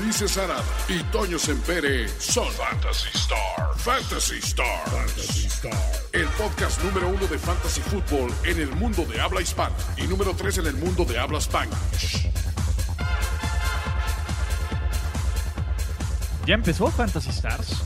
Ulises Arada y Toño Sempere son Fantasy Star. Fantasy Star. Fantasy Star. El podcast número uno de Fantasy Football en el mundo de habla hispana y número tres en el mundo de habla hispana. Ya empezó Fantasy Stars.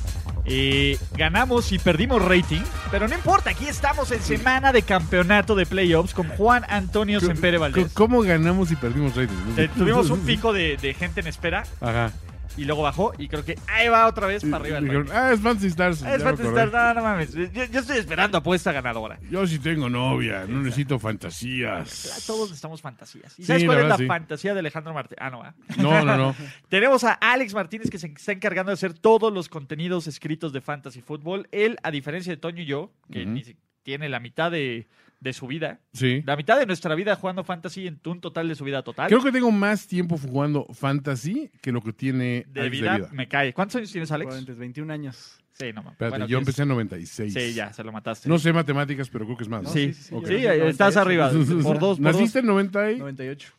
Eh, ganamos y perdimos rating, pero no importa, aquí estamos en semana de campeonato de playoffs con Juan Antonio Sempere Valdés. ¿Cómo ganamos y perdimos rating? Eh, tuvimos un pico de, de gente en espera Ajá. y luego bajó y creo que ahí va otra vez para arriba. el Dijeron, rating. ah, es Fantasy Stars. Ah, es Ya Fantasy me acordé. Stars, no, no mames. Yo, yo estoy esperando apuesta ganadora. Yo sí tengo novia, no necesito fantasías. Todos necesitamos fantasías. ¿Y Sí, sabes la cuál es la verdad, sí. fantasía de Alejandro Martínez? Ah, no, ¿ah? No, no, no. Tenemos a Alex Martínez que se está encargando de hacer todos los contenidos escritos de Fantasy Football. Él, a diferencia de Toño y yo, que Ujú. ni si- tiene la mitad de, de su vida, Sí. la mitad de nuestra vida jugando Fantasy en un total de su vida total. Creo que tengo más tiempo jugando fantasy que lo que tiene de, Alex vida, me cae. ¿Cuántos años tienes, Alex? Cuarenta, 21 años. Sí, no mames. Espérate, Bueno, yo tienes- empecé en 96. Sí, ya, se lo mataste. No sé matemáticas, pero creo que es más. ¿no? sí, sí, sí, sí, sí, Ok. yo sí, nací en estás 98. arriba. Por dos, por dos. ¿Naciste en 90 y... 98.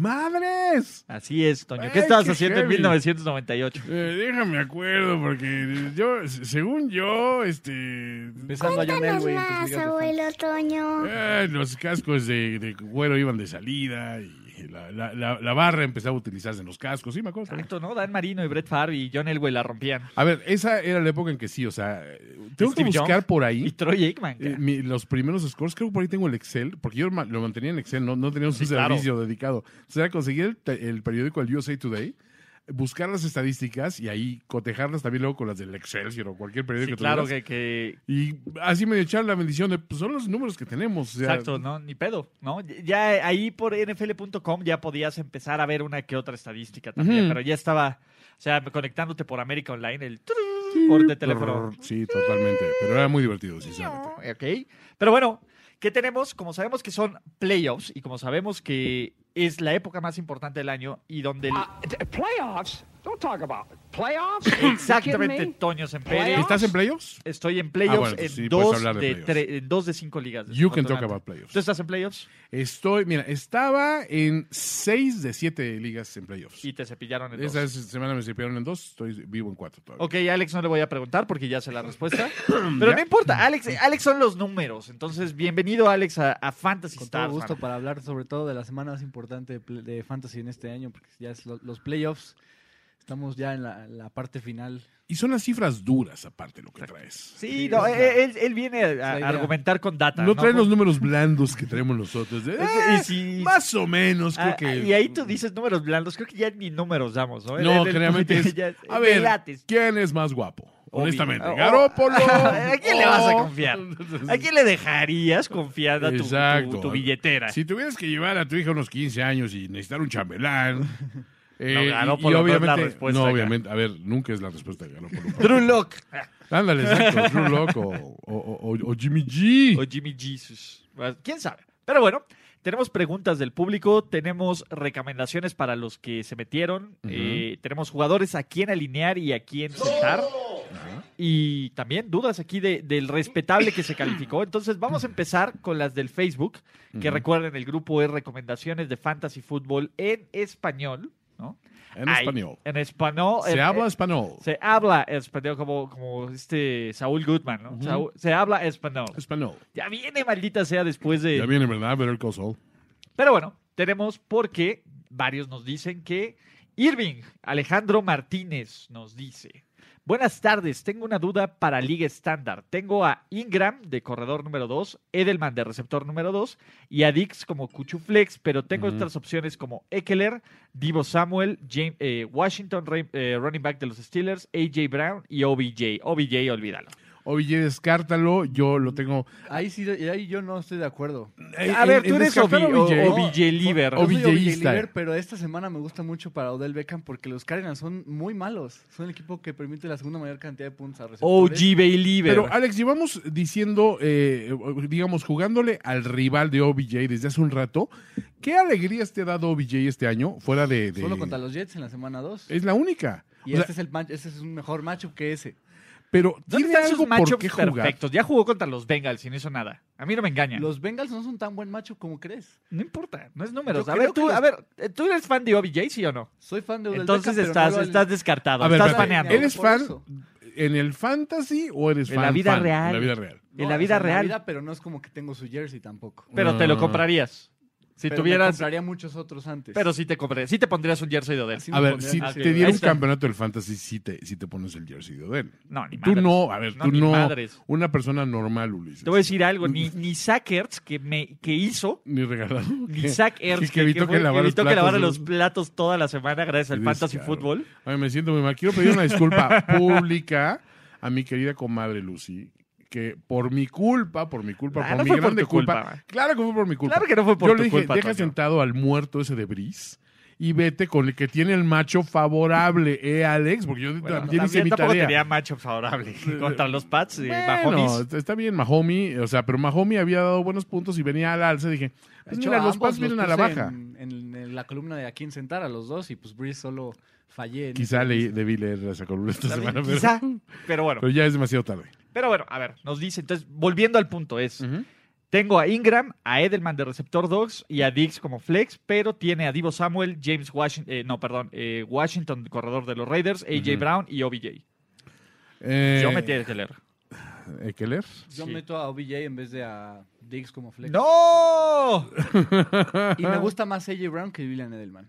¡Madres! Así es, Toño. ¿Qué Ey, estabas qué haciendo en heavy. 1998? Eh, déjame acuerdo, porque yo, según yo, este... Empezando a John Cuéntanos Elway en tus más, ligas de fan. abuelo Toño. Eh, los cascos de, de cuero iban de salida y la, la- la- la barra empezaba a utilizarse en los cascos, sí me acuerdo. Exacto, ¿no? Dan Marino y Brett Favre y John Elway la rompían. A ver, esa era la época en que sí, o sea, tengo Steve que buscar Young por Y ahí Troy Aikman. eh, cara. mi- los primeros scores, creo que por ahí tengo el Excel, porque yo ma- lo mantenía en Excel, no, no teníamos Sí, un claro. servicio dedicado. O sea, conseguir el, te- el periódico el USA Today, buscar las estadísticas y ahí cotejarlas también luego con las del Excelsior o cualquier periódico Sí, que claro tuvieras. que- que, Y así me echaron la bendición de, pues son los números que tenemos. o sea, Exacto, no, ni pedo, ¿no? Ya ahí por nfl.com ya podías empezar a ver una que otra estadística también, Ujú. pero ya estaba, o sea, conectándote por América Online, el trrr, por de teléfono. Sí, totalmente. Pero era muy divertido, sinceramente. Ok. Pero bueno, ¿qué tenemos? Como sabemos que son playoffs y como sabemos que es la época más importante del año y donde el- Uh, t- playoffs? Don't talk about it. Playoffs? You exactamente kidding me? Toño Sempere. Playoffs. ¿Estás en playoffs? Estoy en playoffs Ah, bueno, en, sí, puedes dos hablar de de playoffs. tre- en dos de cinco ligas. You can talk desafortunadamente. about ¿Tú playoffs. estás en playoffs? Estoy, mira, estaba en 6 de 7 ligas en playoffs. Y te cepillaron en dos. Esa semana me separaron en dos, estoy vivo en cuatro todavía. Ok, Alex no le voy a preguntar porque ya sé la respuesta. Pero no Ya. importa, Alex, Alex son los números. Entonces, bienvenido, Alex, a, a Fantasy Con Stars. todo gusto mano. para hablar sobre todo de la semana más importante de, pl- de Fantasy en este año, porque ya es lo- los playoffs. Estamos ya en la, la parte final. Y son las cifras duras, aparte, lo que traes. Sí, Sí, no, eh, es la- él, él viene a, es la a idea. argumentar con data. No traen los números blandos que traemos nosotros. de, pues- Es- y "Ah, si- Más o menos, creo Ah, que. Y ahí tú dices números blandos. Creo que ya ni números damos, ¿no? No, Él- él- generalmente es. ya- A ver, delates. ¿quién es más guapo? Obvio. Honestamente, Oh, oh. Garópolo. ¿A quién le vas a o- confiar? ¿A quién le dejarías confiada tu, Exacto. tu- tu billetera? Si tuvieras que llevar a tu hija a unos 15 años y necesitar un chambelán. eh, No, y- Garópolo y no es la obviamente, respuesta no, acá. obviamente, a ver, nunca es la respuesta de Garópolo. Drew Lock Ándale, exacto, True Lock o, o- o- o Jimmy G. o Jimmy Jesus. ¿Quién sabe? Pero bueno, tenemos preguntas del público, tenemos recomendaciones para los que se metieron, Ujú. eh, tenemos jugadores a quién alinear y a quién sentar. Y también dudas aquí de- del respetable que se calificó. Entonces vamos a empezar con las del Facebook, que Ujú. recuerden el grupo es Recomendaciones de Fantasy Fútbol en español, ¿no? en Ay, español. En español. Se en- habla en- español. se habla español como, como este Saúl Goodman, ¿no? Saúl- se habla español. Español. Ya viene, maldita sea, después de. Ya viene, ¿verdad? Better Call Saul. Pero bueno, tenemos porque varios nos dicen que Irving Alejandro Martínez nos dice. Buenas tardes, tengo una duda para Liga Estándar. Tengo a Ingram de corredor número 2, Edelman de receptor número 2 y a Dix como Cuchuflex, pero tengo Ujú. otras opciones como Eckler, Divo Samuel, James, eh, Washington Ra- eh, running back de los Steelers, AJ Brown y OBJ. OBJ, olvídalo. Oye, descártalo, yo lo tengo. eh, Ahí sí, ahí yo no estoy de acuerdo. A ver, tú eres descartar a Ovi- OBJ. o- Ovilleliver. Yo soy Ovilleísta. Ovilleliver, pero esta semana me gusta mucho para Odell Beckham porque los Cardinals son muy malos. Son el equipo que permite la segunda mayor cantidad de puntos a receptores. OG Bayliever. Pero Alex, llevamos diciendo, eh, digamos, jugándole al rival de OBJ desde hace un rato. ¿Qué alegrías te ha dado OBJ este año? Fuera de. de- Solo contra los Jets en la semana 2. Es la única. Y O sea, este, es el match- este es un mejor matchup que ese. pero tiene ¿Dónde están sus algo por qué matchups jugar. perfectos? Ya jugó contra los Bengals y no hizo nada. A mí no me engañan. Los Bengals no son tan buen matchup como crees. No importa, no es números. Yo A creo ver, que tú, los- a ver, eh, ¿tú eres fan de OBJ, sí o no? Soy fan de Odell Entonces Beckham, pero estás, no lo- estás descartado, A ver, estás espérate, faneando. ¿Eres Por fan eso. en el fantasy o eres En fan la vida fan? real. En la vida real. No, en la o vida sea, real, pero no es como que tengo su jersey tampoco. pero te lo Ah. comprarías. Si Mm. Pero me tuvieras, compraría muchos otros antes. pero sí te comprarías, sí te pondrías un jersey de Odell. Así me A ver, pondría si así. te diera Ahí un está. campeonato del fantasy, sí te, sí te pones el jersey de Odell. No, ni Tú madres. no, a ver, tú ni no. madres. Una persona normal, Ulises. Te voy a decir algo, ni, ni Zach Ertz que, me, que hizo, Ni regalado. ni Zach Ertz que evitó que fue- lavara los evitó que lavara platos. los platos toda la semana gracias al Qué Fantasy descaro. Football. Ay, me siento muy mal. Quiero pedir una disculpa pública a mi querida comadre Lucy, que por mi culpa, por mi culpa, Ah, por no mi fue por grande tu culpa, culpa. Claro que fue por mi culpa. Claro que no fue por Yo tu le dije, culpa, deja Toño". sentado al muerto ese de Bris y vete con el que tiene el macho favorable, ¿eh, Alex? Porque yo Bueno, también hice también mi tampoco tarea. tenía eh, matchup favorable contra los Pats y Bueno, Mahomes. está bien, Mahomi, o sea, pero Mahomi había dado buenos puntos y venía al alza. Dije, De pues hecho, mira, a los ambos Pats vienen a la puse baja. En, en- en la columna de a quién sentar a los dos y pues Breeze solo fallé. en Quizá ese- le, debí leer esa columna esta También, semana, pero, quizá, pero bueno. pero ya es demasiado tarde. Pero bueno, a ver, nos dice, entonces, volviendo al punto, es, tengo a Ingram, a Edelman de receptor dogs y a Dix como flex, pero tiene a Divo Samuel, James Washington, no, perdón, eh, Washington, corredor de los Raiders, AJ Ujú. Brown y OBJ. Eh, Yo me tiene que leer. ¿Hay que leer? Yo Sí. meto a OBJ en vez de a Diggs como flex. ¡No! Y me gusta más AJ Brown que William Edelman.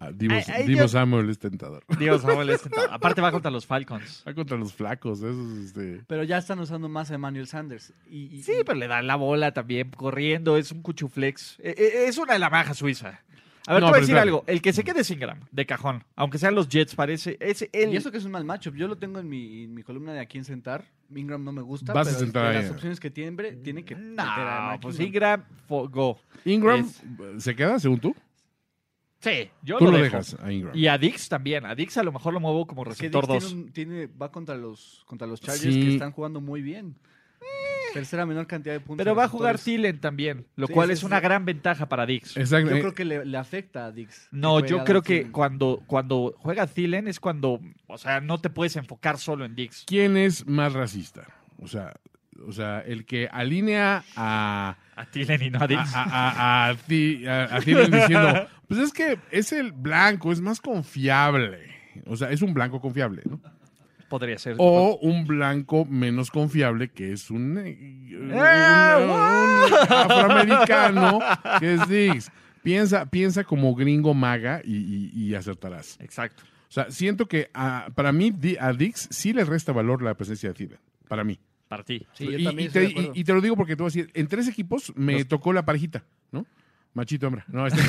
Ah, Divo, Ay, ay, Divo yo- Samuel es tentador. Divo Samuel es tentado. Aparte va contra los Falcons. Va contra los flacos, esos, este... Pero ya están usando más a Emmanuel Sanders. Y, y- Sí, y- pero le dan la bola también, corriendo, es un cuchuflex. Eh, eh, Es una navaja suiza. A ver, No, te voy a pero decir espérate. algo. El que se quede es Ingram, de cajón. Aunque sean los Jets, parece. Es el... y eso que es un mal matchup. Yo lo tengo en mi, en mi columna de a quién sentar. Ingram no me gusta, Vas a pero sentar de a las Ingram. opciones que tiene, tiene que meter a No, Mike pues Ingram. Ingram, fo- go. Ingram Es- se queda, según tú. Sí, yo Tú lo, lo dejo. dejas a Ingram. Y a Dix también. A Dix a lo mejor lo muevo como Es que receptor Diggs 2. Tiene un- tiene- va contra los, contra los Chargers Sí. que están jugando muy bien. Tercera menor cantidad de puntos. Pero a va a jugar receptores. Thielen también, lo Sí, cual sí, es sí. una gran ventaja para Dix. Exacto. Yo eh, creo que le, le afecta a Dix. No, juegue yo Adam creo que Thielen. cuando, cuando juega Thielen es cuando, o sea, no te puedes enfocar solo en Dix. ¿Quién es más racista? O sea, o sea el que alinea a... A Thielen y no a A, Dix. a, a- a ti, a- a ti le diciendo, pues es que es el blanco, es más confiable. O sea, es un blanco confiable, ¿no? Podría ser. ah. O un blanco menos confiable que es un, eh, un- ¡Ah, un afroamericano que es Dix. Piensa, piensa como gringo maga y, y- y acertarás. Exacto. O sea, siento que a- para mí Di- a Dix sí le resta valor la presencia de Thielen. Para mí. Para ti. Sí, yo y, también y estoy te, de acuerdo. y- y te lo digo porque te voy a decir, en tres equipos me tocó la parejita, ¿no? Machito, hombre. No, este,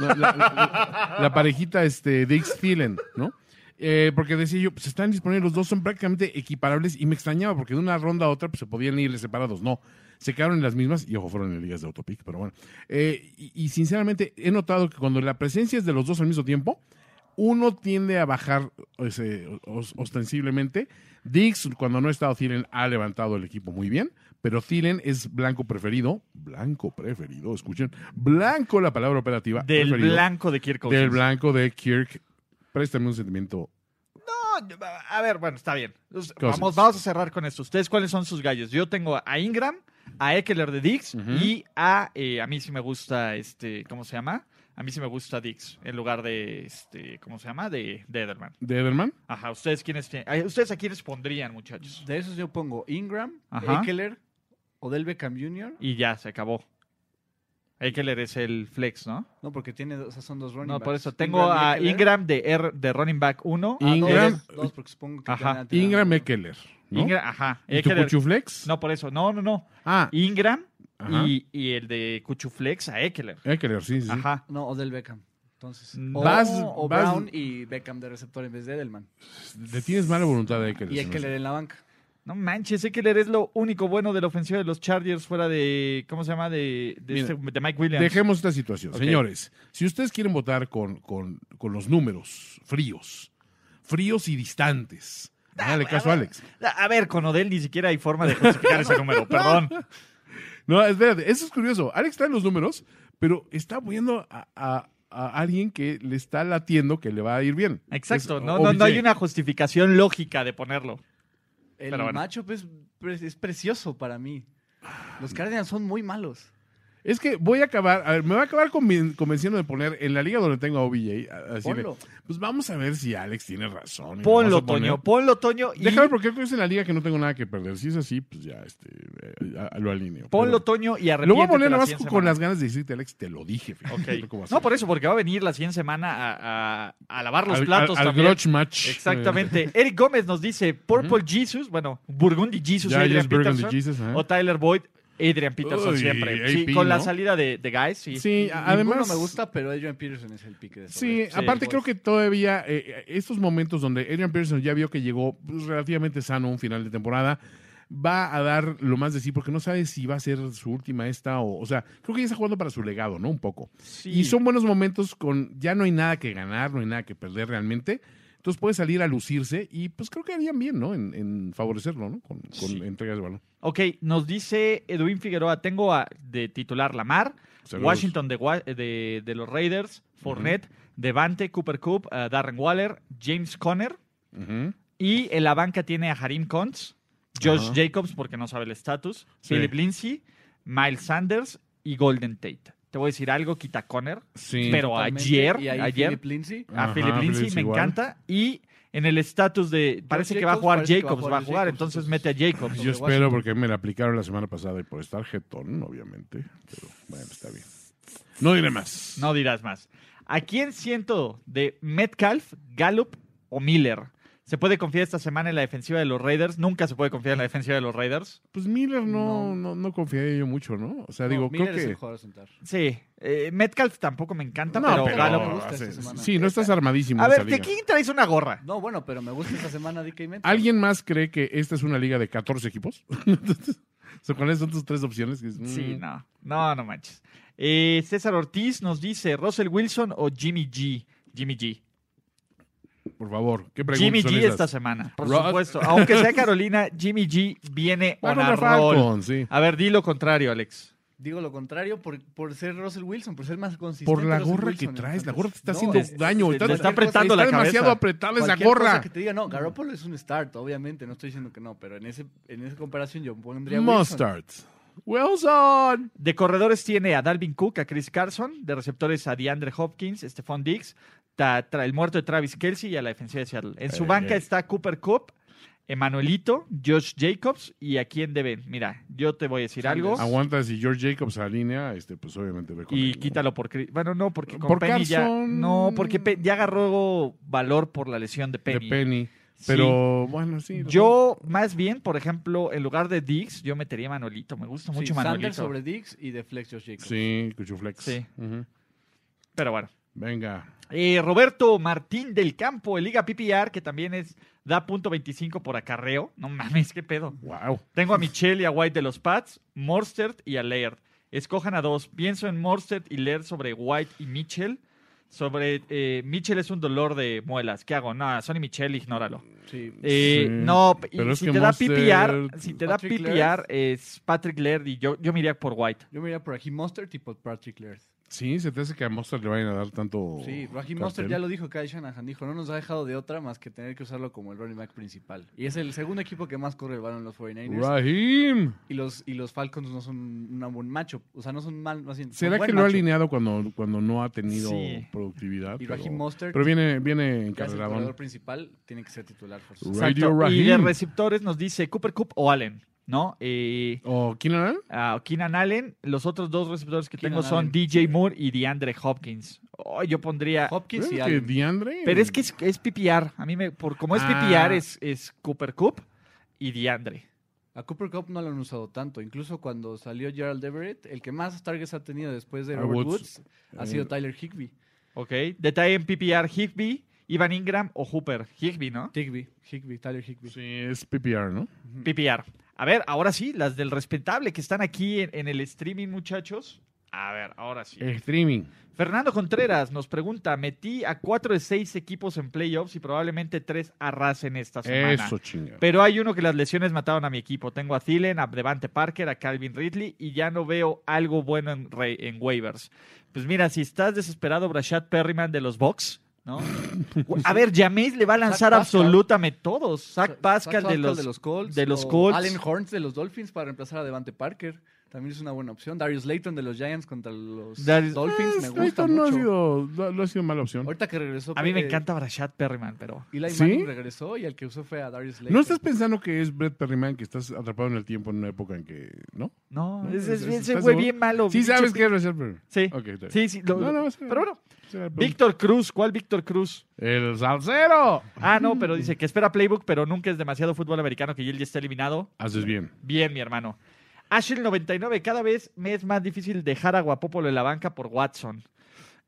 no, la, la- la parejita este, Dix Thielen, ¿no? Eh, porque decía yo, pues están disponibles, los dos son prácticamente equiparables y me extrañaba porque de una ronda a otra pues, se podían ir separados. No, se quedaron en las mismas y ojo, fueron en ligas de autopic, pero bueno. Eh, y, y sinceramente he notado que cuando la presencia es de los dos al mismo tiempo, uno tiende a bajar ese, os- ostensiblemente. Dix, cuando no ha estado Thielen, ha levantado el equipo muy bien, pero Thielen es blanco preferido. Blanco preferido, escuchen. Blanco la palabra operativa. Del preferido, blanco de Kirk Cousins. Del blanco de Kirk. Préstame un sentimiento. No, a ver, bueno, está bien. Entonces, Cousins. Vamos, vamos a cerrar con esto. ¿Ustedes cuáles son sus gallos? Yo tengo a Ingram, a Eckler de Dix Ujú. y a. eh, a mí sí me gusta este. ¿Cómo se llama? A mí sí me gusta Dix en lugar de este. ¿Cómo se llama? De, de Ederman. ¿De Edelman? Ajá, ¿ustedes quiénes tienen? ay, ¿Ustedes a quiénes pondrían, muchachos? De esos yo pongo Ingram, Ajá. Ekeler, Odell Beckham Jr. Y ya, se acabó. Eckler es el flex, ¿no? No, porque tiene, dos- o sea, son dos running No, por backs. eso. Tengo a y Ekeler. Ingram de, R- de running back 1. Ah, Ingram- dos, dos, porque supongo que Ajá. ya tiene- Ingram Ekeler. ¿no? ajá. ¿Y tu Eckler- Cuchuflex? No, por eso. No, no, no. Ah, Ingram Ajá. y, y el de Cuchuflex a Eckler. Ekeler, sí, sí. sí. Ajá. No, Odell Beckham. entonces. O, Vas- o vas- Brown y Beckham de receptor en vez de Edelman. Le tienes mala voluntad a Eckler. Y se hay me que hace. leer en la banca. No manches, Eckler es lo único bueno de la ofensiva de los Chargers fuera de. ¿Cómo se llama? De, de, Mira, este- de Mike Williams. Dejemos esta situación. Ok. Señores, si ustedes quieren votar con, con, con los números fríos, fríos y distantes, háganle caso a Alex. A ver, con Odell ni siquiera hay forma de justificar ese número, perdón. No, espérate, eso es curioso. Alex trae los números, pero está apoyando a, a- a alguien que le está latiendo que le va a ir bien. Exacto, Es no, no, no hay OBJ. una justificación lógica de ponerlo. El Pero bueno. matchup es, pre- es precioso para mí. Los Cardinals son muy malos. Es que voy a acabar, a ver, me voy a acabar conven- convenciendo de poner en la liga donde tengo a OBJ. a- así de, Ponlo. pues vamos a ver si Alex tiene razón. y lo Ponlo, vamos a poner. Toño, ponlo, Toño. Y, Déjame porque creo que es en la liga que no tengo nada que perder. Si es así, pues ya este, eh, a- a- lo alineo. ponlo, Pero- Toño, y arrepiéntete Lo voy a poner la nada más siguiente con semana. las ganas de decirte, Alex, te lo dije. fíjate, no cómo Ok. hacer. No, por eso, porque va a venir la siguiente semana a, a- a lavar los Al- platos al, al también. grudge match. eh, Exactamente. Eric Gómez nos dice Purple Jesus, bueno, Burgundy Jesus, Ya, Adrian yes, Burgundy Peterson, Jesus, ajá. o Tyler Boyd, Adrian Peterson Uy, siempre. Sí, AP, con la ¿no? salida de, de Guys, sí. Sí, a- Además, además. Ninguno me gusta, pero Adrian Peterson es el pique de Sí, sobre- aparte pues. Boys. creo que todavía eh, estos momentos donde Adrian Peterson ya vio que llegó pues, relativamente sano a un final de temporada, va a dar lo más de sí porque no sabe si va a ser su última esta o, o sea, creo que ya está jugando para su legado, ¿no? Un poco. Sí. Y son buenos momentos con ya no hay nada que ganar, no hay nada que perder realmente. Entonces puede salir a lucirse y pues creo que harían bien, ¿no? En, en favorecerlo, ¿no? Con, con Sí. entregas de balón. Ok, nos dice Edwin Figueroa, tengo a, de titular Lamar, Saludos. Washington de, Wa- de, de los Raiders, Fournette, Devante, Cooper Cup, eh, Darren Waller, James Conner, Ujú. y en la banca tiene a Harim Contz, Josh Ajá. Jacobs, porque no sabe el estatus, Sí. Philip Lindsay, Miles Sanders y Golden Tate. Te voy a decir algo, quita Conner, Sí. pero Totalmente. ayer, Y ahí ayer, Philip Lindsay. a Ajá, Philip Lindsay Philip me igual. encanta, y en el estatus de, parece que va a Jacobs, jugar parece que va a Jacobs, jugar va a Josh jugar, Jacobs, entonces mete a Jacobs. Yo espero porque me la aplicaron la semana pasada y por estar jetón, obviamente. Pero bueno, está bien. No diré más. No dirás más. ¿A quién siento de Metcalf, Gallup o Miller? ¿Se puede confiar esta semana en la defensiva de los Raiders? Nunca se puede confiar en la defensiva de los Raiders. Pues Miller no, no. no confiaría yo mucho, ¿no? O sea, No, digo, Miller es el creo que. jugador a sentar. Sí, eh, Metcalf tampoco me encanta, No, pero, pero Gallup. me gusta esta hace- semana. sí, no estás armadísimo. A en ver, esa ¿de liga. quién traes una gorra? No, bueno, pero me gusta esta semana DK Metcalf. ¿Alguien más cree que esta es una liga de 14 equipos? Entonces, o sea, ¿Cuáles son tus tres opciones? Que es, mm, Sí, no. No, no manches. Eh, César Ortiz nos dice Russell Wilson o Jimmy G. Jimmy G. Por favor, ¿qué preguntas Jimmy son G esas? esta semana, por Rod- supuesto. Aunque sea Carolina, Jimmy G viene Va on contra a roll. Ah, Falcons, sí. A ver, di lo contrario, Alex. Digo lo contrario por, por ser Russell Wilson, por ser más consistente. Por la Russell gorra Wilson que en traes, la fantasy. gorra te está No, haciendo es- daño. Está, le es- está cualquier cosa- apretando la está demasiado cabeza. apretada esa cualquier cosa gorra. que te diga, no, Garoppolo es un start, obviamente, no estoy diciendo que no, pero en ese en esa comparación yo pondría a Wilson. Mustard. Wilson. De corredores tiene a Dalvin Cook, a Chris Carson, de receptores a DeAndre Hopkins, Stephon Diggs, ta- tra- el muerto de Travis Kelsey y a la defensiva de Seattle. En su Ey, banca ey. está Cooper Cup, Emanuelito, Josh Jacobs y a quién deben. Mira, yo te voy a decir algo Aguanta si George Jacobs alinea, este, pues obviamente ve con y él, ¿no? quítalo por Chris- Bueno, no, porque con Por Penny ya. Carson. No, porque Pe- ya agarró valor por la lesión de Penny. De Penny. Sí. Pero bueno, sí. Yo, más bien, por ejemplo, en lugar de Diggs, yo metería a Manuelito. Me gusta Sí, mucho Manuelito. Sanders sobre Dix y de Flex Josh Jacobs. Sí, Cuchuflex. Sí. Ujú. Pero bueno. Venga. Eh, Roberto Martín del Campo, el Liga PPR, que también es da punto .25 por acarreo. No mames, qué pedo. Wow. Tengo a Michelle y a White de los Pats, Morstert y a Laird. Escojan a dos. Pienso en Morstert y Laird sobre White y Mitchell. Sobre eh, Mitchell es un dolor de muelas. ¿Qué hago? No, Sonny Mitchell, ignóralo. Sí. Eh, Sí, no, y pero es si que te da PPR, Mostert- si te da Patrick PPR es Patrick Laird y yo, yo me iría por White. Yo me iría por Raheem Mostert y por Patrick Laird. Sí, se te hace que a Mustard le vayan a dar tanto. Sí, Raheem cartel. Mostert ya lo dijo Kai Shanahan, dijo, no nos ha dejado de otra más que tener que usarlo como el running back principal. Y es el segundo equipo que más corre el balón en los 49ers. Raheem. Y los, y los Falcons no son un buen macho. O sea, no son mal, más bien. son ¿Será buen que lo ha matchup. alineado cuando, cuando no ha tenido Sí. productividad? Y Pero, Raheem Mostert, pero viene, viene que es el encarregadón. corredor principal, tiene que ser titular. forzosamente. Radio Exacto. Y de Raheem. receptores nos dice Cooper Cup o Allen, ¿no? Eh, ¿O quién era? a Keenan Allen. Los otros dos receptores que Keenan tengo son Allen. DJ Moore y DeAndre Hopkins. Oh, yo pondría. Hopkins y Creo que Allen. Diandre. Pero es que es, es PPR. A mí me. Por, como es PPR, Ah. es, es Cooper Cup y DeAndre. A Cooper Cup no lo han usado tanto. Incluso cuando salió Gerald Everett, el que más targets ha tenido después de A Robert Woods. Woods, ha sido Tyler Higby. Ok. Detalle en PPR, Higby, Ivan Ingram o Hooper. Higby, ¿no? Higby, Higby, Tyler Higby. Sí, es PPR, ¿no? PPR. A ver, ahora sí, las del respetable que están aquí en, en el streaming, muchachos. A ver, ahora sí. Eh. Streaming. Fernando Contreras nos pregunta, metí a cuatro de seis equipos en playoffs y probablemente tres arrasen esta semana. Eso, chinga. Pero hay uno que las lesiones mataron a mi equipo. Tengo a Thielen, a Devante Parker, a Calvin Ridley y ya no veo algo bueno en, re- en waivers. Pues mira, si estás desesperado, Brashad Perryman de los Bucks, ¿no? A ver, Jameis le va a lanzar Zach Pascal. absolutamente todos. Zach Sa- Pascal, Pascal de, los, Colts. de los o Colts. Allen Horns de los Dolphins para reemplazar a Devante Parker. También es una buena opción. Darius Layton de los Giants contra los Darius- Dolphins. Me Eh, gusta Slayton no ha mucho. sido, no, no ha sido mala opción. Ahorita que regresó. A mí me eh, encanta Brashad Perryman, pero... Eli ¿Sí? Manning regresó y el que usó fue a Darius Layton. ¿No estás pensando que es Brett Perryman que estás atrapado en el tiempo en una época en que. ¿No? No, No, pues, ese, es- es- ese ¿estás güey seguro? bien malo. Sí, pinche sabes pi- que es Brett Perryman. Sí. Ok, está bien. Sí, sí. lo- No, no, está bien. pero bueno, Esa era la pregunta. Víctor Cruz, ¿cuál Víctor Cruz? ¡El salsero! Ah, no, Mm. pero dice que espera Playbook, pero nunca es demasiado fútbol americano que él ya está eliminado. Haces bien. Bien, mi hermano. Ashel 99, cada vez me es más difícil dejar a Guapopolo en la banca por Watson.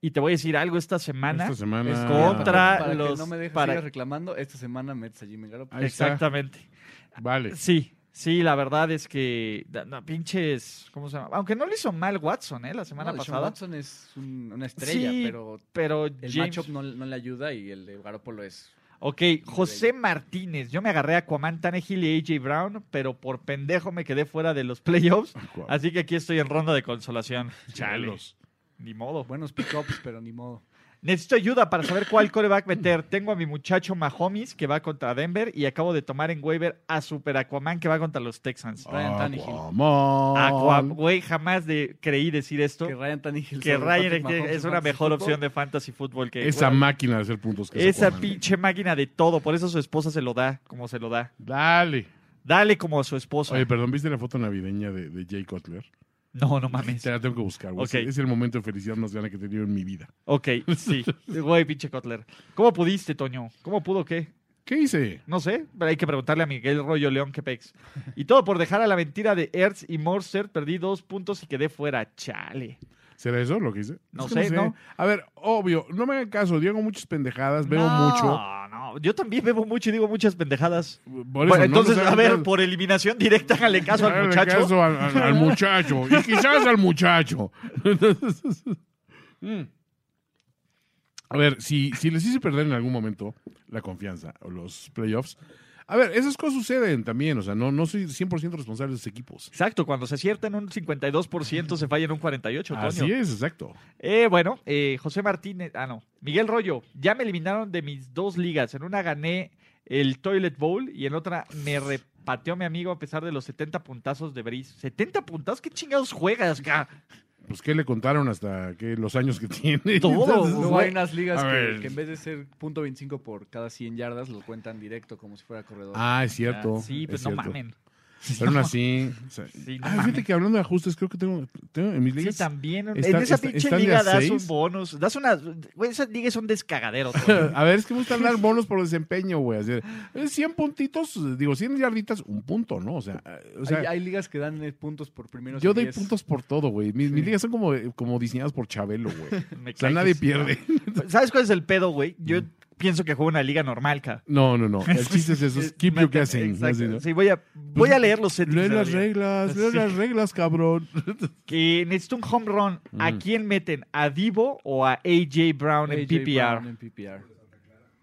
Y te voy a decir algo esta semana. Esta semana. es contra- Para Ah, que los- no me dejes para- sigas reclamando, esta semana metes a Jimmy Garoppolo. Ahí está. Exactamente. Vale. Sí, sí, la verdad es que da- no, pinches, ¿cómo se llama? Aunque no le hizo mal Watson, ¿eh? La semana No, Deshaun pasada. Watson es un- una estrella, Sí, pero Pero el James- matchup no, no le ayuda y el de Garoppolo es. Ok, José Martínez. Yo me agarré a Aquaman, Tannehill y AJ Brown, pero por pendejo me quedé fuera de los playoffs. Aquaman. Así que aquí estoy en ronda de consolación. Chalos. Ni modo. Buenos pickups, pero ni modo. Necesito ayuda para saber cuál coreback meter. Tengo a mi muchacho Mahomes que va contra Denver y acabo de tomar en waiver a Super Aquaman que va contra los Texans. Oh. Ryan Tannehill. Aqua- Aquaman. güey, jamás de- creí decir esto. Que Ryan Tannehill. Que sobre Ryan Patrick es Mahomes en una fantasy mejor football. opción de fantasy fútbol que Esa güey, máquina de hacer puntos que es esa Aquaman. pinche máquina de todo. Por eso su esposa se lo da como se lo da. Dale. Dale como a su esposa. Oye, perdón, ¿viste la foto navideña de, de Jay Cutler? No, no Te mames. la tengo que buscar, güey. Ok. Es el momento de felicidad más grande que he tenido en mi vida. Ok, sí. Güey, pinche Cutler. ¿Cómo pudiste, Toño? ¿Cómo pudo qué? ¿Qué hice? No sé, pero hay que preguntarle a Miguel Rollo León que pex. Y todo por dejar a la mentira de Ertz y Morser. Perdí dos puntos y quedé fuera. Chale. ¿Será eso lo que hice? No que sé, ¿no? A ver, obvio, no me hagan caso. Digo muchas pendejadas, bebo No, mucho. no. Yo también bebo mucho y digo muchas pendejadas. Por Bueno, eso, no Pues entonces, nos a hagan ver, caso. por eliminación directa, hágale caso al Háganle muchacho. caso al, al- al muchacho. Y quizás al muchacho. Mm. a ver, si, si les hice perder en algún momento la confianza o los playoffs. A ver, esas cosas suceden también. O sea, no, no soy 100% responsable de los equipos. Exacto, cuando se acierta en un 52%, se falla en un 48%, Toño. Así es, exacto. Eh, bueno, eh, José Martínez, ah, no, Miguel Rollo, ya me eliminaron de mis dos ligas. En una gané el Toilet Bowl y en otra me repateó mi amigo a pesar de los 70 puntazos de Brice. ¿70 puntazos? ¿Qué chingados juegas, ca? Pues, ¿qué le contaron hasta que los años que tiene? Todo, Entonces, Luego hay unas ligas A ver. que, que en vez de ser .25 por cada 100 yardas, lo cuentan directo como si fuera corredor. Ah, es cierto. sí, es pues no cierto. mamen. Pero aún así. o sea, Sí, no ah, fíjate mamen. que hablando de ajustes, creo que tengo, tengo en mis Sí, ligas. también. en Están- esa está- pinche están de liga a das seis. un bonus. Das unas. Güey, esas ligas son descagaderos. güey. A ver, es que me gustan dar bonos por desempeño, güey. Así, eh, 100 puntitos, eh, digo, 100 yarditas, un punto, ¿no? O sea, eh, o sea, hay, hay ligas que dan eh, puntos por primeros yo y doy 10. puntos por todo, güey. Mis, mis ligas son como, eh, como diseñadas por Chabelo, güey. Me O sea, cagas. nadie pierde. Mm. ¿Sabes cuál es el pedo, güey? Yo pienso que juego una liga normal, ca. Eh, No, no, no. El chiste es eso. es Keep your guessing. Exacto. así, ¿no? Pues Sí, voy a, voy a leer los settings Lee de la las liga. reglas, lee Sí. las reglas, cabrón. que necesita un home run, ¿a quién meten? ¿A Divo o a AJ Brown en AJ PPR? Brown en PPR.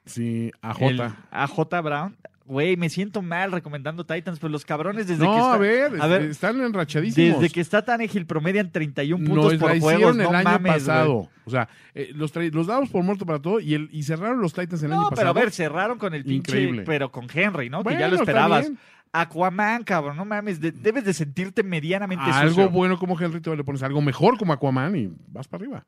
Sí, AJ. El- ¿A J Brown? Güey, me siento mal recomendando Titans, pero los cabrones desde que No, está, a ver, a ver, este, están enrachadísimos. desde que está tan Egil promedian 31 Nos puntos la por hicieron juego, el no año mames, pasado. güey. O sea, eh, los, tra- los dábamos por muerto para todo y, el, y cerraron los Titans el año No, pero pasado. a ver, cerraron con el pinche, Increíble. pero con Henry, ¿no? que ya Bueno, lo está esperabas. bien. Aquaman, cabrón, no mames, de- debes de sentirte medianamente A algo sucio. bueno como Henry todavía le pones algo mejor como Aquaman y vas para arriba.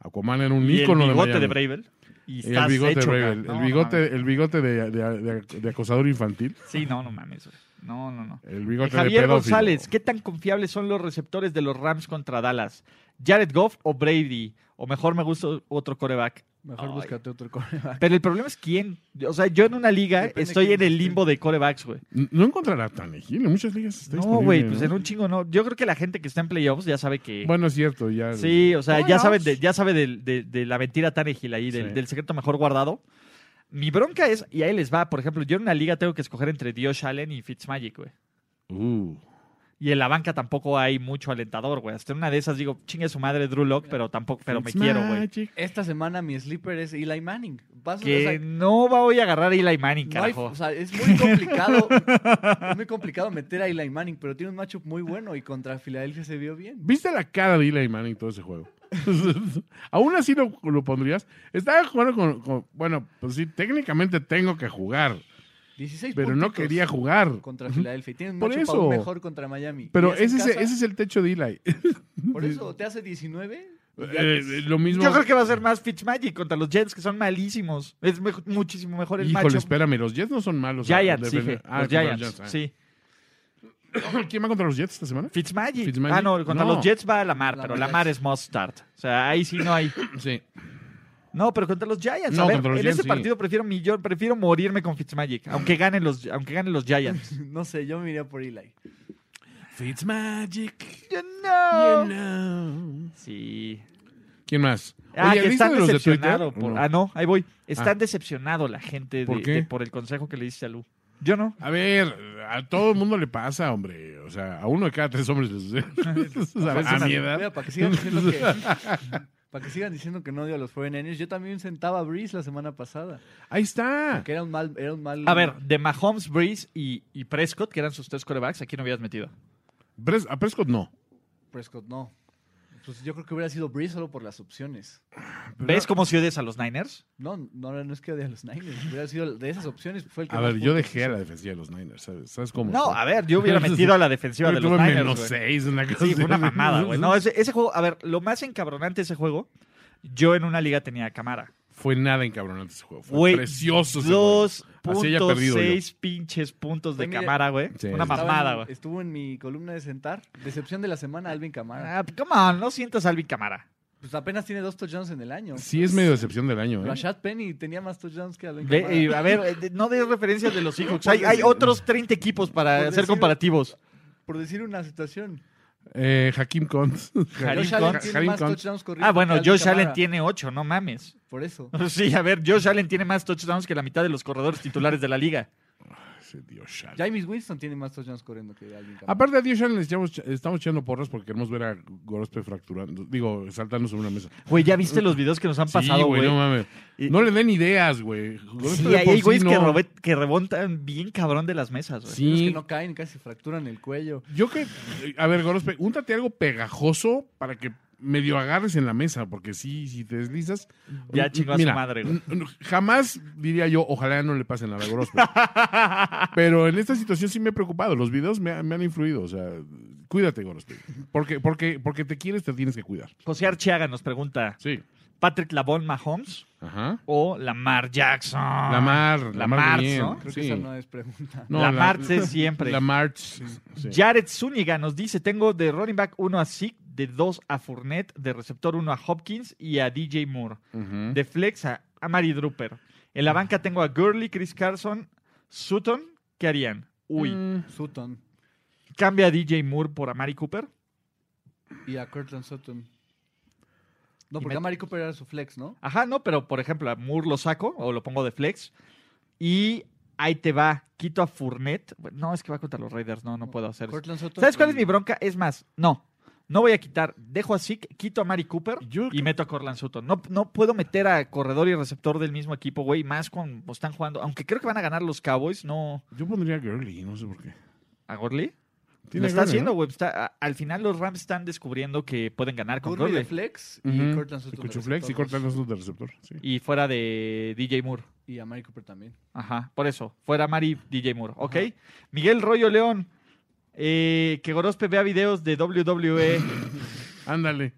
Aquaman era un Y el ícono de bigote de, Miami. Bravel. Y Y el estás bigote, hecho, de Bravel, cabrón. No, el no bigote, mames. el bigote de, de- de- de acosador infantil, Sí, no, no mames, güey. No, no, no. el bigote de Javier pedófilo. González, ¿qué tan confiables son los receptores de los Rams contra Dallas? ¿Jared Goff o Brady? O mejor me gusta otro coreback. Mejor Ay. búscate otro coreback. Pero el problema es quién. O sea, yo en una liga Depende estoy quién- en el limbo de corebacks, güey. N- No encontrará tan elegible. En muchas ligas está No, disponible, güey, pues ¿no? en un chingo no. Yo creo que la gente que está en playoffs ya sabe que. Bueno, es cierto, ya. sí, o sea, ya Playoffs. saben de, ya sabe del- de, de la mentira tan ágil ahí, del, Sí. del secreto mejor guardado. Mi bronca es, y ahí les va, por ejemplo, yo en una liga tengo que escoger entre Dios Allen y Fitzmagic, güey. Uh, Y en la banca tampoco hay mucho alentador, güey. Hasta en una de esas digo, chingue su madre Drew Lock, pero tampoco, pero me quiero, güey. Fitzmagic. Esta semana mi sleeper es Eli Manning. Vas a- o sea, Que no voy a agarrar a Eli Manning, no hay- carajo. o sea, es muy complicado. es muy complicado meter a Eli Manning, pero tiene un matchup muy bueno y contra Filadelfia se vio bien. ¿Viste la cara de Eli Manning todo ese juego? Aún así lo, lo pondrías. Estaba jugando con, con- Bueno, pues sí, técnicamente tengo que jugar, 16 pero no puntitos quería jugar. Contra Filadelfia. Tiene un Por matchup aún eso. mejor contra Miami. Pero Y es ese en es, casa, ese es el techo de Eli. Por eso te hace 19. y ya Eh, eh, lo mismo. Yo creo que va a ser más Fitzmagic contra los Jets, que son malísimos. Es mejo- muchísimo mejor el Híjole, macho. espérame, los Jets no son malos. ah, Giants, de- dije. ah, los contra Giants, ah. sí. ¿Quién va contra los Jets esta semana? Fitzmagic. Fitzmagic. Ah, no, contra No. los Jets va Lamar, pero Lamar Lamar es must start. O sea, ahí sí no hay. Sí. No, pero contra los Giants. No, a ver, contra los en Giants, ese sí. partido prefiero millón, prefiero morirme con Fitzmagic, aunque ganen los, aunque ganen los Giants. eh. No sé, yo me iría por Eli. Fitzmagic. Yo you no. know. Sí. ¿Quién más? Ah, que ¿viste están de los de decepcionados. Twitter? por- No. Ah, no, ahí voy. Están decepcionados la gente de- ¿Por de- qué? por el consejo que le diste a Lu. Yo no. A ver, a todo el mundo le pasa, hombre. O sea, a uno de cada tres hombres les sucede. Pues a, a mi edad. para que sigan diciendo que. Para que sigan diciendo que no odio a los 49ers, yo también sentaba a Breeze la semana pasada, Ahí está. que era un mal era un mal A ver, de Mahomes, Breeze y, y Prescott, que eran sus tres corebacks, ¿a quién habías metido? Pres- a Prescott no. Prescott no. Pues yo creo que hubiera sido Breeze solo por las opciones. ¿Ves cómo se odias a los Niners? No, no, no es que odie a los Niners, hubiera sido de esas opciones fue el que A más ver, yo puntos dejé a hizo. la defensiva de los Niners, ¿sabes? ¿Sabes cómo? No, a ver, yo hubiera metido a la defensiva Yo de los tuve Niners. menos güey. seis, una cosa Sí, así. fue una mamada, güey. No, ese, ese juego, a ver, lo más encabronante de ese juego, yo en una liga tenía a Camara. Fue nada encabronante ese juego. Fue Güey, precioso ese Así haya perdido 2.6 pinches puntos de Pues mira, Camara, güey. Sí. Una Estaba en- mamada, güey. Estuvo en mi columna de sentar, decepción de la semana Alvin Kamara. Ah, come on, no sientas a Alvin Camara. Pues apenas tiene dos touchdowns en el año. juego. Sí, es medio decepción del año, ¿eh? Rashad Penny tenía más touchdowns que Alvin Ve, Kamara. eh, a ver, eh, de- no des referencias de los Seahawks. Hay, Por hay decir- otros 30 equipos para por hacer decir- comparativos. Por decir una situación. Eh, Hakim Kont. Karim Josh Allen Hunt. tiene Karim más Hunt. touchdowns corridos Ah, bueno, que Alvin Josh Allen Kamara. tiene 8, no mames. Por eso. Sí, a ver, Josh Allen tiene más touchdowns que la mitad de los corredores titulares de la liga. Ese Dios, Shaq. James Winston tiene más touchdowns corriendo que Alvin Kamara. Aparte a Dios Shaq le echamos- estamos echando porras porque queremos ver a Gorospe fracturando, digo, saltando sobre una mesa. Güey, ¿ya viste los videos que nos han sí, pasado, güey? no mames. Y- No le den ideas, güey. Gorospe sí, de hay por hay güeyes sí que, no. robe- que rebontan bien cabrón de las mesas, güey. Los que Sí. no caen, casi fracturan el cuello. Yo que... A ver, Gorospe, úntate algo pegajoso para que medio agarres en la mesa, porque sí, si te deslizas... mm, Ya chingó a su Mira, madre, güey. n- n- Jamás diría yo, ojalá no le pase nada a Gorospe. Pero en esta situación sí me he preocupado. Los videos me, ha- me han influido. O sea, cuídate, Gorospe. Porque, porque, porque te quieres, te tienes que cuidar. José Archiaga nos pregunta, Sí. ¿Patrick Lavon Mahomes Ajá. o Lamar Jackson? Lamar, Lamar, Lamar, bien. ¿no? Creo Sí. que esa no es pregunta. No, Lamar la- es siempre. La March. sí. Jared Zúñiga nos dice, tengo de running back 1 a Zeke, de 2 a Fournette, de receptor 1 a Hopkins y a DJ Moore. Ujú. De flex a, a Mari Drooper. En la banca tengo a Gurley, Chris Carson, Sutton. ¿Qué harían? Uy. Mm. Sutton ¿Cambia a DJ Moore por Amari Cooper? y a Curtland Sutton. No, Y porque met- a Mari Cooper era su flex, ¿no? Ajá, no, pero por ejemplo, a Moore lo saco o lo pongo de flex. Y ahí te va. Quito a Fournette. No, es que va contra los Raiders. No, no puedo hacer eso. Cortland Sutton. ¿Sabes cuál es y- mi bronca? Es más, no. No voy a quitar. Dejo a Zeke, quito a Mari Cooper Yo- y meto a Corland Sutton. No, no puedo meter a corredor y receptor del mismo equipo, güey. Más cuando están jugando. Aunque creo que van a ganar los Cowboys, no Yo pondría Gurley, no sé por qué. a Gurley. Lo Tiene está Gurley, haciendo, ¿no? güey. Está- a- Al final los Rams están descubriendo que pueden ganar con Gurley de Gurley. flex y Ujú. Cortland Sutton. de Cuchuflex y receptor corta los de receptor. sí. Y fuera de DJ Moore. dos. Y a Mari Cooper también. Ajá, por eso. Fuera Mari, DJ Moore. Ok. Miguel Rollo León. eh, que Gorospe vea videos de E. WWE. Ándale.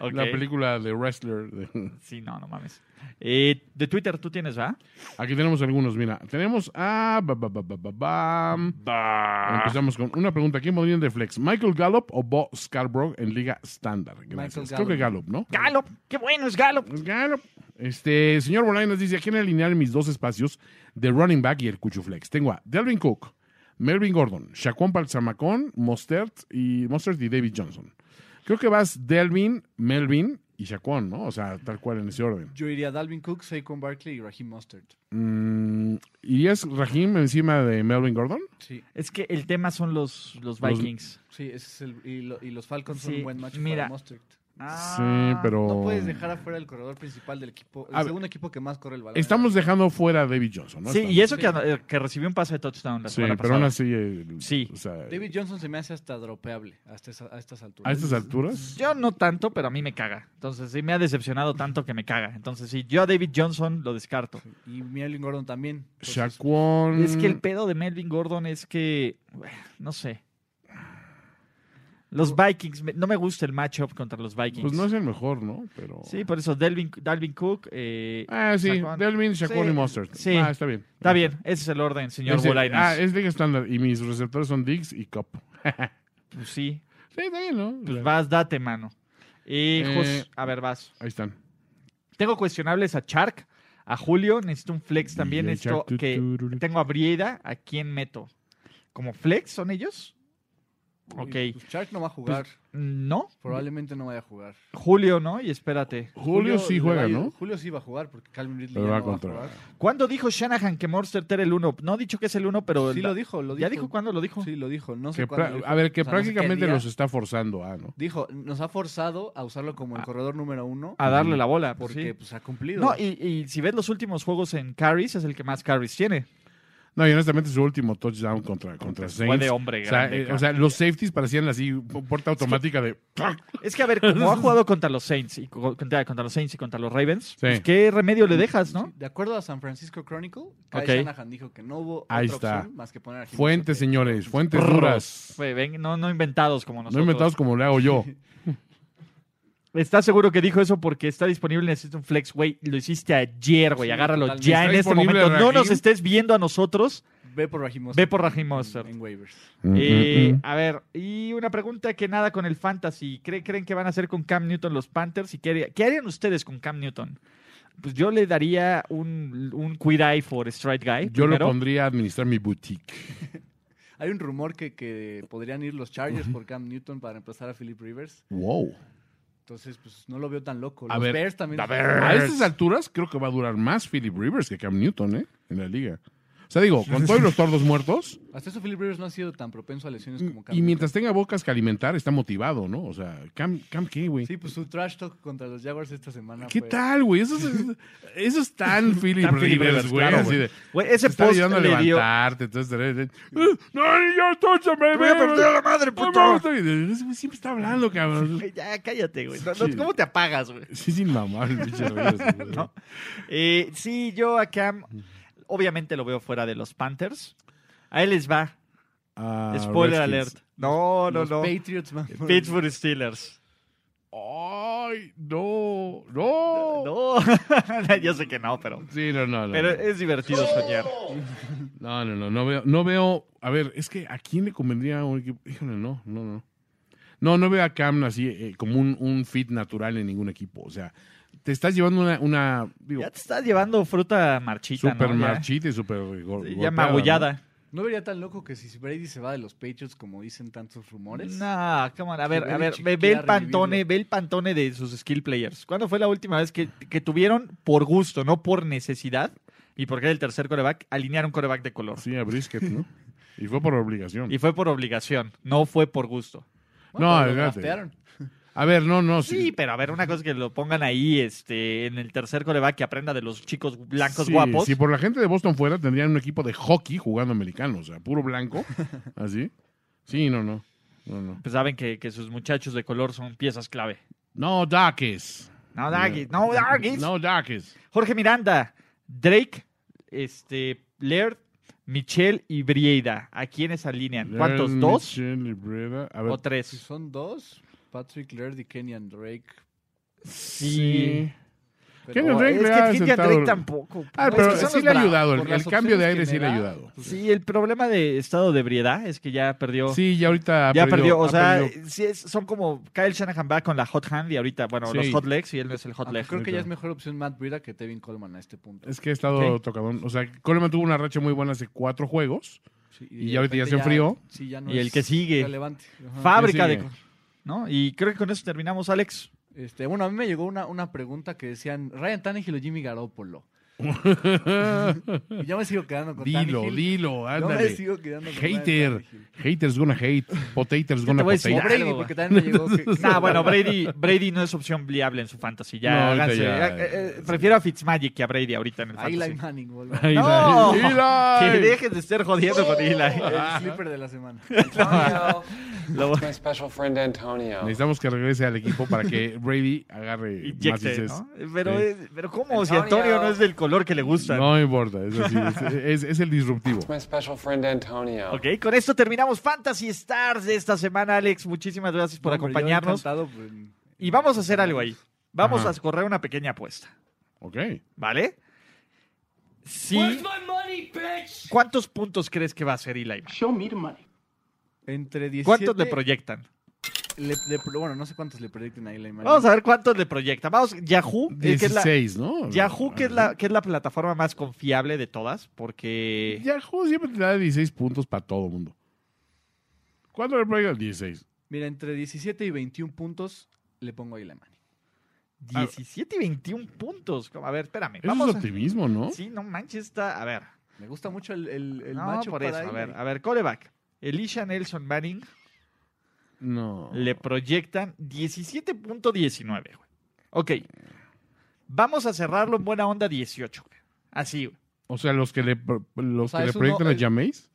Ok. La película de Wrestler. de- Sí, no, no mames. Eh, de Twitter tú tienes, ¿va? Aquí tenemos algunos, mira. Tenemos a... ba, ba, ba, ba, ba, bam. Empezamos con una pregunta. ¿Quién pondrían de flex? ¿Michael Gallup o Bo Scarborough en Liga Estándar? Gracias. Michael Creo que Gallup, ¿no? Gallup. Qué bueno es Gallup. Pues Gallup. Este, señor Bolaños dice, ¿a quién alinear mis dos espacios de running back y el cuchuflex? Tengo a Delvin Cook, Melvin Gordon, Shaquan Palzamacón, Mostert y, Mostert y David Johnson. Creo que vas Delvin, Melvin y Shaquan, ¿no? O sea, tal cual en ese orden. Yo iría Dalvin Cook, Saquon Barkley y Raheem Mustard. Mm, ¿Irías Rahim encima de Melvin Gordon? Sí, Es que el tema son los, los Los- Vikings. sí, ese es el, y, lo- y los Falcons son Sí, un buen match mira. para Mustard. Ah. sí, pero... Ah, No puedes dejar afuera el corredor principal del equipo, el Oh. A ver. segundo equipo que más corre el balón. Estamos dejando fuera a David Johnson, ¿no? Sí, Estamos- y eso Sí. que, eh, que recibió un pase de touchdown la Sí, semana pero aún pasada. así... el- Sí. o sea, David Johnson se me hace hasta dropeable hasta esa- a estas alturas. a estas alturas... Yo no tanto, pero a mí me caga. Entonces sí me ha decepcionado tanto que me caga. Entonces sí, yo a David Johnson lo descarto. Y Melvin Gordon también. Pues, este, Entonces, Shaquan... Es que el pedo de Melvin Gordon es que, bueno, no sé. Los Vikings, me- no me gusta el matchup contra los Vikings. Pues no es el mejor, ¿no? Pero... Sí, por eso Delvin, Dalvin Cook. eh, Ah, sí, Saquon. Delvin, Shaquan Sí, y Mustard. sí. Ah, está bien. Está bien, ese es el orden, señor Es el- Bolainas. ah, es liga estándar. Y mis receptores son Diggs y Cup. Pues sí, Sí, está bien, ¿no? pues vas, date, mano. Y, Eh, Jos- a ver, vas. Ahí están. Tengo cuestionables a Shark, a Julio, necesito un flex también. DJ Esto Shark, tu, que tu, ru, ru. tengo a Brieda, ¿a quién meto? ¿Como flex son ellos? uy, Ok, pues Shark no va a jugar. no. probablemente no vaya a jugar. Julio, ¿no? Y espérate. Julio sí le va juega, a ir- ¿no? Julio sí va a jugar porque Calvin Ridley Pero ya va no va a contra- jugar. ¿Cuándo dijo Shanahan que Monster era el 1? No ha dicho que es el 1, pero. Sí lo dijo, lo dijo. ¿Ya dijo cuándo lo dijo? Sí, lo dijo. No Que sé cuándo. pra- lo dijo. a ver, que O sea, no sé qué prácticamente día. los está forzando a, ¿no? Dijo, nos ha forzado a usarlo como el Ah. corredor número uno. A darle la bola, por porque sí. pues ha cumplido. No, y, y si ves los últimos juegos en carries, es el que más carries tiene. No, y honestamente su último touchdown contra, contra Saints. Fue de hombre o, sea, grande, eh, o cabrón. sea, los safeties parecían así, pu- puerta automática de... Es que, a ver, como ha jugado contra los Saints y co- contra, contra los Saints y contra los Ravens, pues, ¿qué remedio le dejas, no? De acuerdo a San Francisco Chronicle, Kyle Ok. Shanahan dijo que no hubo Ahí otra está. opción más que poner a Jimmy Fuentes, Garoppolo. señores, fuentes Prrr. duras. Fue, ven, no, no inventados como No nosotros. inventados como le hago yo. ¿Estás seguro que dijo eso porque está disponible? Necesito un flex, güey. Lo hiciste ayer, güey. Sí, Agárralo totalmente. ya Está en este disponible momento. No Raheem. nos estés viendo a nosotros. Ve por Raheem Mostert Ve por Raheem Mostert. En, en waivers. Mm, Eh, A ver, y una pregunta que nada con el fantasy. ¿Cree- ¿Creen que van a hacer con Cam Newton los Panthers? ¿Y qué, haría- qué harían ustedes con Cam Newton? Pues yo le daría un, un quid eye for straight guy. Yo lo primero. pondría a administrar mi boutique. Hay un rumor que, que podrían ir los Chargers por Cam Newton para reemplazar a Philip Rivers. Wow. Entonces, pues no lo veo tan loco. A Los ver, Bears también. A, estas alturas creo que va a durar más Philip Rivers que Cam Newton, ¿eh? En la liga. O sea, digo, con todos los tordos muertos Hasta eso Philip Rivers no ha sido tan propenso a lesiones como Cam y mientras tenga bocas que alimentar, está motivado, ¿no? O sea, Cam, Cam ¿qué, güey? Sí, pues su trash talk contra los Jaguars esta semana. ¿Qué fue- tal, güey? Eso es, eso es tan Philip pues. Tan Philip Rivers, Rivers, güey. claro, así güey. de, Güey, ese te está post ayudando a le dio. levantarte. Entonces, de repente, "Eh, no, yo estoy, se me voy a perder la madre, puto. Siempre está hablando, cabrón. Güey, Ya, cállate, güey. No, no, Sí. ¿Cómo te apagas, güey? Sí, sin mamar, el pinche Rivers, güey. ¿no? Eh, sí, yo a Cam, obviamente lo veo fuera de los Panthers. A él les va. Ah, Spoiler Redskins. alert. No, no, Los no. Patriots, man. Pittsburgh Steelers. Ay, no, no. No, yo sé que no, pero, Sí, no, no, no. pero es divertido soñar. No, no, no, no veo, no veo, a ver, es que a quién le convendría un equipo, híjole, no, no, no. No, no veo a Cam así eh, como un, un fit natural en ningún equipo, o sea, te estás llevando una, una digo, Ya te estás llevando fruta marchita, super ¿no? Ya- marchita y super go- sí, Ya, golpeada, magullada. No vería tan loco que si Brady se va de los Patriots, como dicen tantos rumores. No, come on, A ver, Que a Belichick ver, ve, ve quiera el pantone, revivirlo. ve el pantone de sus skill players. ¿Cuándo fue la última vez que, que tuvieron por gusto, no por necesidad? Y porque era el tercer coreback, alinear un coreback de color. ¿no? Sí, a Brisket, ¿no? y fue por obligación. Y fue por obligación, no fue por gusto. No, pero pues, lo espérate. draftearon. A ver, no, no, Sí, pero a ver, una cosa es que lo pongan ahí este, en el tercer coreback que aprenda de los chicos blancos sí, guapos. Si por la gente de Boston fuera, tendrían un equipo de hockey jugando americano, o sea, puro blanco, así. Sí, no, no, no, no. Pues saben que, que sus muchachos de color son piezas clave. No, Dakis. No, Daggy, no, Daggy. No, Dakis. Jorge Miranda, Drake, este, Laird, Michelle y Brieda. ¿A quiénes alinean? ¿Cuántos? Learn, ¿Dos Mitchell y Breda. A ver, o Si tres? son dos, Patrick Laird y Kenyan Drake. Sí. Kendrick Oh, es Drake le ha que Kenyon sentado- Drake tampoco. Ah, Es pero que son sí los le ha Bravos. ayudado. por El, las el cambio de opciones aire que sí me le ha da. pues, ayudado. Sí, el problema de estado de ebriedad es que ya perdió. Sí, ya ahorita. ha ya perdió, o ha sea, eh, perdido. sí es- son como Kyle Shanahan va con la hot hand y ahorita, bueno, Sí. los hot legs y él no es el hot Aunque leg. ah, creo que ya es mejor opción Matt Breida que Tevin Coleman a este punto. Es que ha estado tocadón. O sea, Coleman tuvo una racha muy buena hace cuatro juegos. Sí, y de ya ahorita ya repente se enfrió. sí, ya no Y el es que sigue. relevante. Ajá. Fábrica Sí, sí. de... ¿No? Y creo que con eso terminamos, Alex. Este, bueno, a mí me llegó una, una pregunta que decían Ryan Tannehill o Jimmy Garoppolo. y yo me sigo quedando con Dilo, Tannehill. dilo, Yo me ándale. sigo quedando con Ryan Hater. Tannehill. Haters gonna hate. Potaters te gonna voy a decir O potater. Brady, Algo, porque también me llegó que... Nah, bueno, Brady, Brady no es opción viable en su fantasy. Ya, No, ahorita háganse. ya, Eh, eh, sí. prefiero a Fitzmagic que a Brady ahorita en el A fantasy. Eli Manning, boludo. Eli. No. Que Eli. dejes de estar jodiendo con Eli. El slipper de la semana. Lo- My special friend Antonio. Necesitamos que regrese al equipo para que Brady agarre más Inyecte, veces. ¿no? Pero, Sí. es- pero ¿cómo? Si Antonio no es del color que le gusta. No importa, es así. Es, es- es el disruptivo. My special friend Antonio. Ok, con esto terminamos Fantasy Stars de esta semana, Alex. Muchísimas gracias por Hombre, yo acompañarnos. encantado, pues, Y vamos a hacer algo ahí. Vamos Ajá. a correr una pequeña apuesta, Ok. ¿vale? Sí. ¿Cuántos puntos crees que va a ser Eli? Manning? Entre 17... ¿Cuántos le proyectan? le- le pro- bueno, no sé cuántos le proyecten a Eli Manning. Vamos a ver cuántos le proyectan. Vamos, Yahoo, eh, que es la, 16, ¿no? Yahoo, que es la, que es la plataforma más confiable de todas, porque Yahoo siempre te da 16 puntos para todo mundo. ¿Cuánto le proyectan? 16. Mira, entre 17 y 21 puntos le pongo a Eli Manning. 17 y 21 puntos. A ver, espérame. Eso Vamos es a... optimismo, ¿no? Sí, no manches, está. A ver. Me gusta mucho el, el, el no, macho por eso. para A Eli. ver, a ver, coreback. Elisha Nelson Manning No. le proyectan 17.19, güey. Ok. Vamos a cerrarlo en buena onda 18, güey. Así, güey. O sea, los que le, pro- los sea, que le es uno- proyectan a el- Jameis,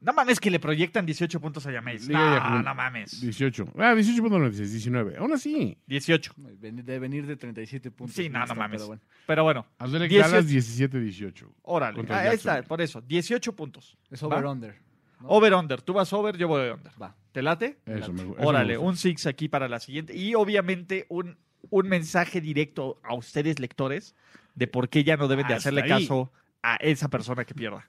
No mames que le proyectan 18 puntos a Yamés. Liga de No, Yahoo. no mames. 18. Ah, 18.96, 19. Aún así. 18. Ven- De venir de 37 puntos. pues, Sí, no, Está, no mames. pero bueno. Pero bueno, Hazle 18. galas 17-18. órale. Ah, Contra Ahí está, Jacksonville. por eso. 18 puntos. Es ¿Va? over-under. Over-under. Tú vas over, yo voy under. Va. ¿Te late? Eso me, eso me Órale, gusta. un six aquí para la siguiente. Y obviamente un, un mensaje directo a ustedes, lectores, de por qué ya no deben de Hasta hacerle Ah, ahí. caso a esa persona que pierda.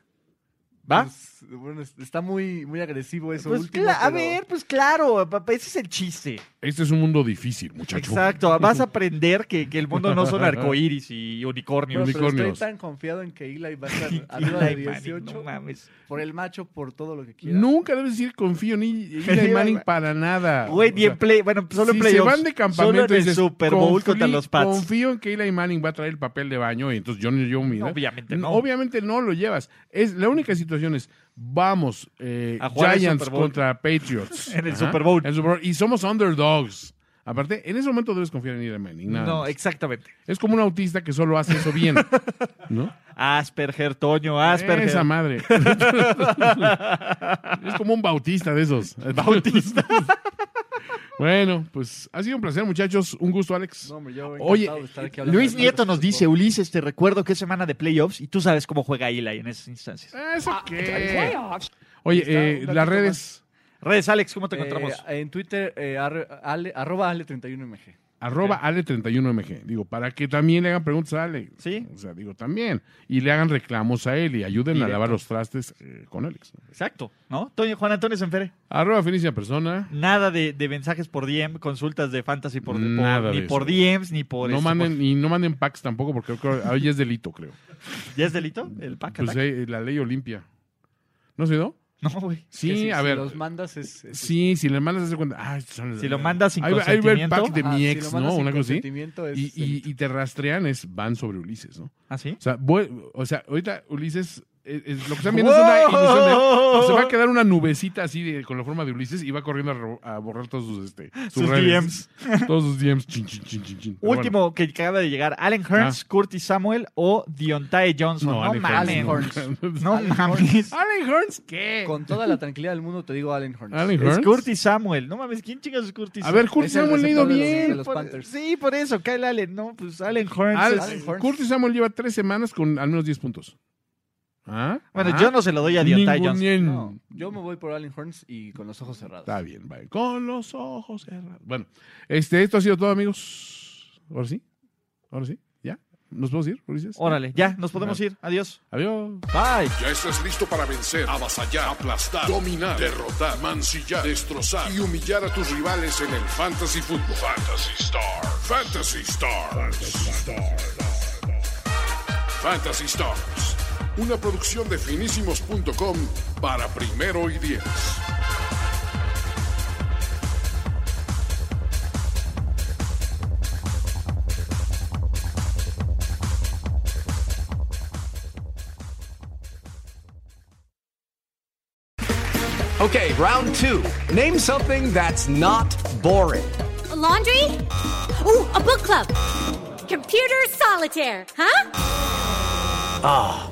¿Va? Pues, bueno, es- está muy, muy agresivo eso Pues último. cla- a pero- ver, pues claro, papá, ese es el chiste. Este es un mundo difícil, muchacho. Exacto, vas a aprender que, que el mundo no son arcoíris y Bueno, unicornios. pero unicornios. estoy tan confiado en que Eli va a estar Y arriba Eli de Manning, 18 no mames. por el macho, por todo lo que quiera. Nunca debes decir confío en Eli Manning para nada. Güey, Ah, O ni sea, en play, bueno, solo si en playoffs. se van de campamento solo en y el dices, Super Bowl contra "Confí- los Pats. Confío en que Eli Manning va a traer el papel de baño y entonces yo no llevo mi... No, edad". obviamente N- no. Obviamente no lo llevas. Es, la única situación es, vamos, eh, A jugar el Giants Super Bowl. contra Patriots. En el Ajá, Super Bowl. en el Super Bowl. Y somos underdogs. Aparte, en ese momento debes confiar en Eli Manning. nada No, eh. más. exactamente. es como un autista que solo hace eso bien. ¿No? Asperger, Toño, Asperger. Esa madre. es como un bautista de esos. Bautista. bueno, pues ha sido un placer, muchachos. Un gusto, Alex. No, hombre, yo encantado Oye, eh, de estar aquí hablando Luis de Nieto nos tantos dice, cosas. Ulises, te recuerdo que es semana de playoffs y tú sabes cómo juega Eli en esas instancias. Ah, ¿Eso qué? Playoffs? Oye, Está un eh, ratito las redes. Redes, Alex, ¿cómo te Eh, encontramos? en Twitter, eh, arre- ale- arroba ale31mg. Arroba Ale31MG. Digo, para que también le hagan preguntas a Ale. Sí. O sea, digo, también. Y le hagan reclamos a él y ayuden a Directo. lavar los trastes eh, con Alex. Exacto, ¿no? Toño, Juan Antonio Senfere. Arroba Felicia Persona. Nada de, de mensajes por DM, consultas de fantasy por, por- Nada ni de por eso. DMs, ni por... No este, manden, y no manden packs tampoco, porque creo que hoy es delito, creo. por- ¿Ya es delito el pack Pues attack? eh, la ley Olimpia. ¿No se dio? No, güey. Sí, Que si- a si ver. los mandas es... es- Sí, si le mandas, se cuenta. Ah, son- Si lo mandas sin ahí, va- ahí va el consentimiento. pack de este, Ajá, mi Ah, si ex, lo mandas ¿no? sin Una cosa así. consentimiento es este, Y, y- delito. y te rastrean, es, van sobre Ulises, ¿no? O ¿Ah, sí? sea, vu- o sea ahorita Ulises, eh, es- lo que están viendo es una ilusión de. o sea, se va a quedar una nubecita así de- con la forma de Ulises y va corriendo a, ro- a borrar todos sus, este, Sus redes. Todos sus DMs. Chin, chin, chin, chin, chin. Pero bueno. Ah. Último que acaba de llegar, Allen Hearns, Curtis Samuel o Diontae Johnson. No, Allen mames. Hearns, No mames. ¿Allen Hearns qué? Con toda la tranquilidad del mundo te digo Allen Horns. ¿Allen Es Hearns? Curtis Samuel. No mames, ¿quién chingas es Curtis A ver, Curtis Es el Samuel le ha ido receptor de los- bien. de los Por- Panthers. Sí, por eso, Kyle Allen, ¿no? Pues Allen Hearns. Al- es- Allen Hearns. Curtis Samuel lleva tres semanas con al menos 10 puntos. ¿Ah? Bueno, ah. yo no se lo doy a Diontae Ningún- Johnson. ni- No, yo me voy por Allen Horns y con los ojos cerrados. Está bien, vale. Con los ojos cerrados. Bueno, este, esto ha sido todo, amigos. Ahora sí. Ahora sí. ¿Ya? ¿Nos podemos ir, Ulises? Órale, ya, nos podemos ir. Adiós. Adiós. Bye. Ya estás listo para vencer, avasallar, aplastar, dominar, derrotar, mancillar, destrozar y humillar a tus rivales en el Fantasy Football. Fantasy Star. Fantasy Stars. Fantasy Stars. Una producción de finísimos.com para primero y diez. Okay, round two. Name something that's not boring. laundry? Ooh, a book club. Computer solitaire, huh? Ah,